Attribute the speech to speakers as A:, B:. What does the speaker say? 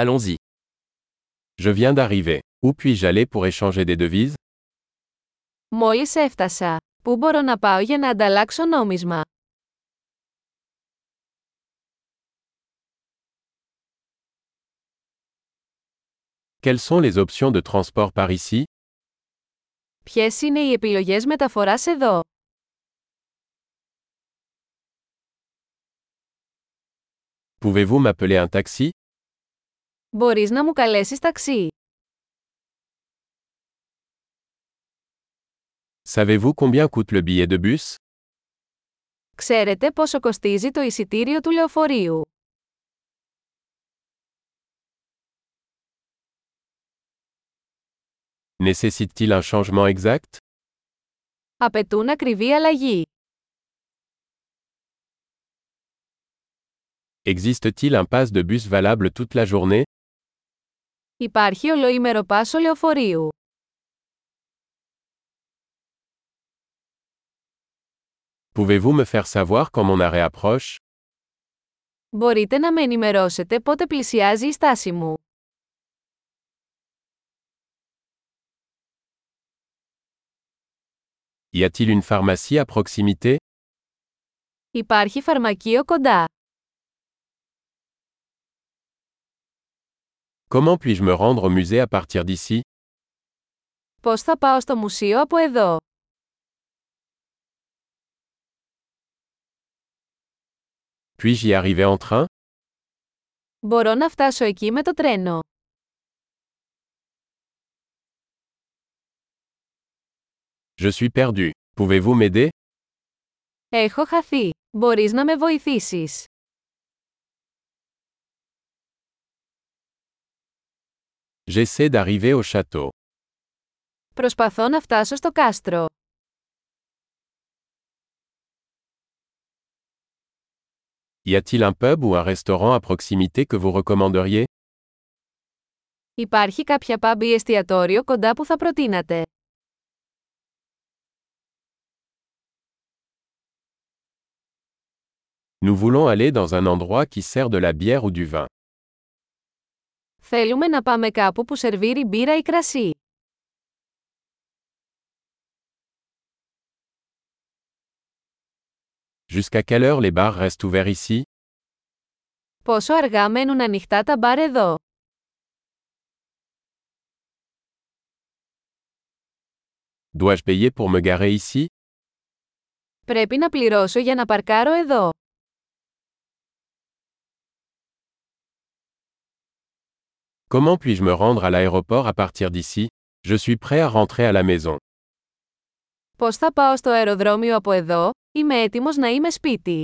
A: Allons-y. Je viens d'arriver. Où puis-je aller pour échanger des devises
B: Μόλις έφτασα. Πού μπορώ να πάω για να ανταλλάξω νόμισμα.
A: Quelles sont les options de transport par ici
B: Ποιες είναι οι επιλογές μεταφοράς εδώ.
A: Pouvez-vous m'appeler un taxi
B: Μπορείς να μου καλέσεις ταξί.
A: Savez-vous combien coûte le billet de bus
B: Ξέρετε πόσο κοστίζει το εισιτήριο του λεωφορείου.
A: Nécessite-t-il un changement exact
B: Απαιτούν ακριβή αλλαγή.
A: Existe-t-il un pass de bus valable toute la journée
B: Υπάρχει ολοήμερο πάσο λεωφορείου.
A: Pouvez-vous me faire savoir quand mon arrêt approche
B: Μπορείτε να με ενημερώσετε πότε πλησιάζει η στάση μου.
A: Y a-t-il une pharmacie à proximité
B: Υπάρχει φαρμακείο κοντά.
A: Comment puis-je me rendre au musée à partir d'ici
B: Πώς θα πάω στο μουσείο από εδώ.
A: Puis-je y arriver en train
B: Μπορώ να φτάσω εκεί με το τρένο.
A: Je suis perdu. Pouvez-vous m'aider
B: Έχω χαθεί. Μπορείς να με βοηθήσεις.
A: J'essaie d'arriver au château.
B: Προσπαθώ να φτάσω στο κάστρο.
A: Y a-t-il un pub ou un restaurant à proximité que vous recommanderiez
B: Υπάρχει κάποια pub ή εστιατόριο κοντά που θα προτείνατε.
A: Nous voulons aller dans un endroit qui sert de la bière ou du vin.
B: Θέλουμε να πάμε κάπου που σερβίρει μπύρα ή κρασί.
A: Jusqu'à quelle heure les bars restent ouverts ici
B: Πόσο αργά μένουν ανοιχτά τα μπαρ εδώ.
A: Dois-je payer pour me garer ici
B: Πρέπει να πληρώσω για να παρκάρω εδώ.
A: Comment puis-je me rendre à l'aéroport à partir d'ici Je suis prêt à rentrer à la maison.
B: Πώς θα πάω στο αεροδρόμιο από εδώ, είμαι έτοιμος να είμαι σπίτι.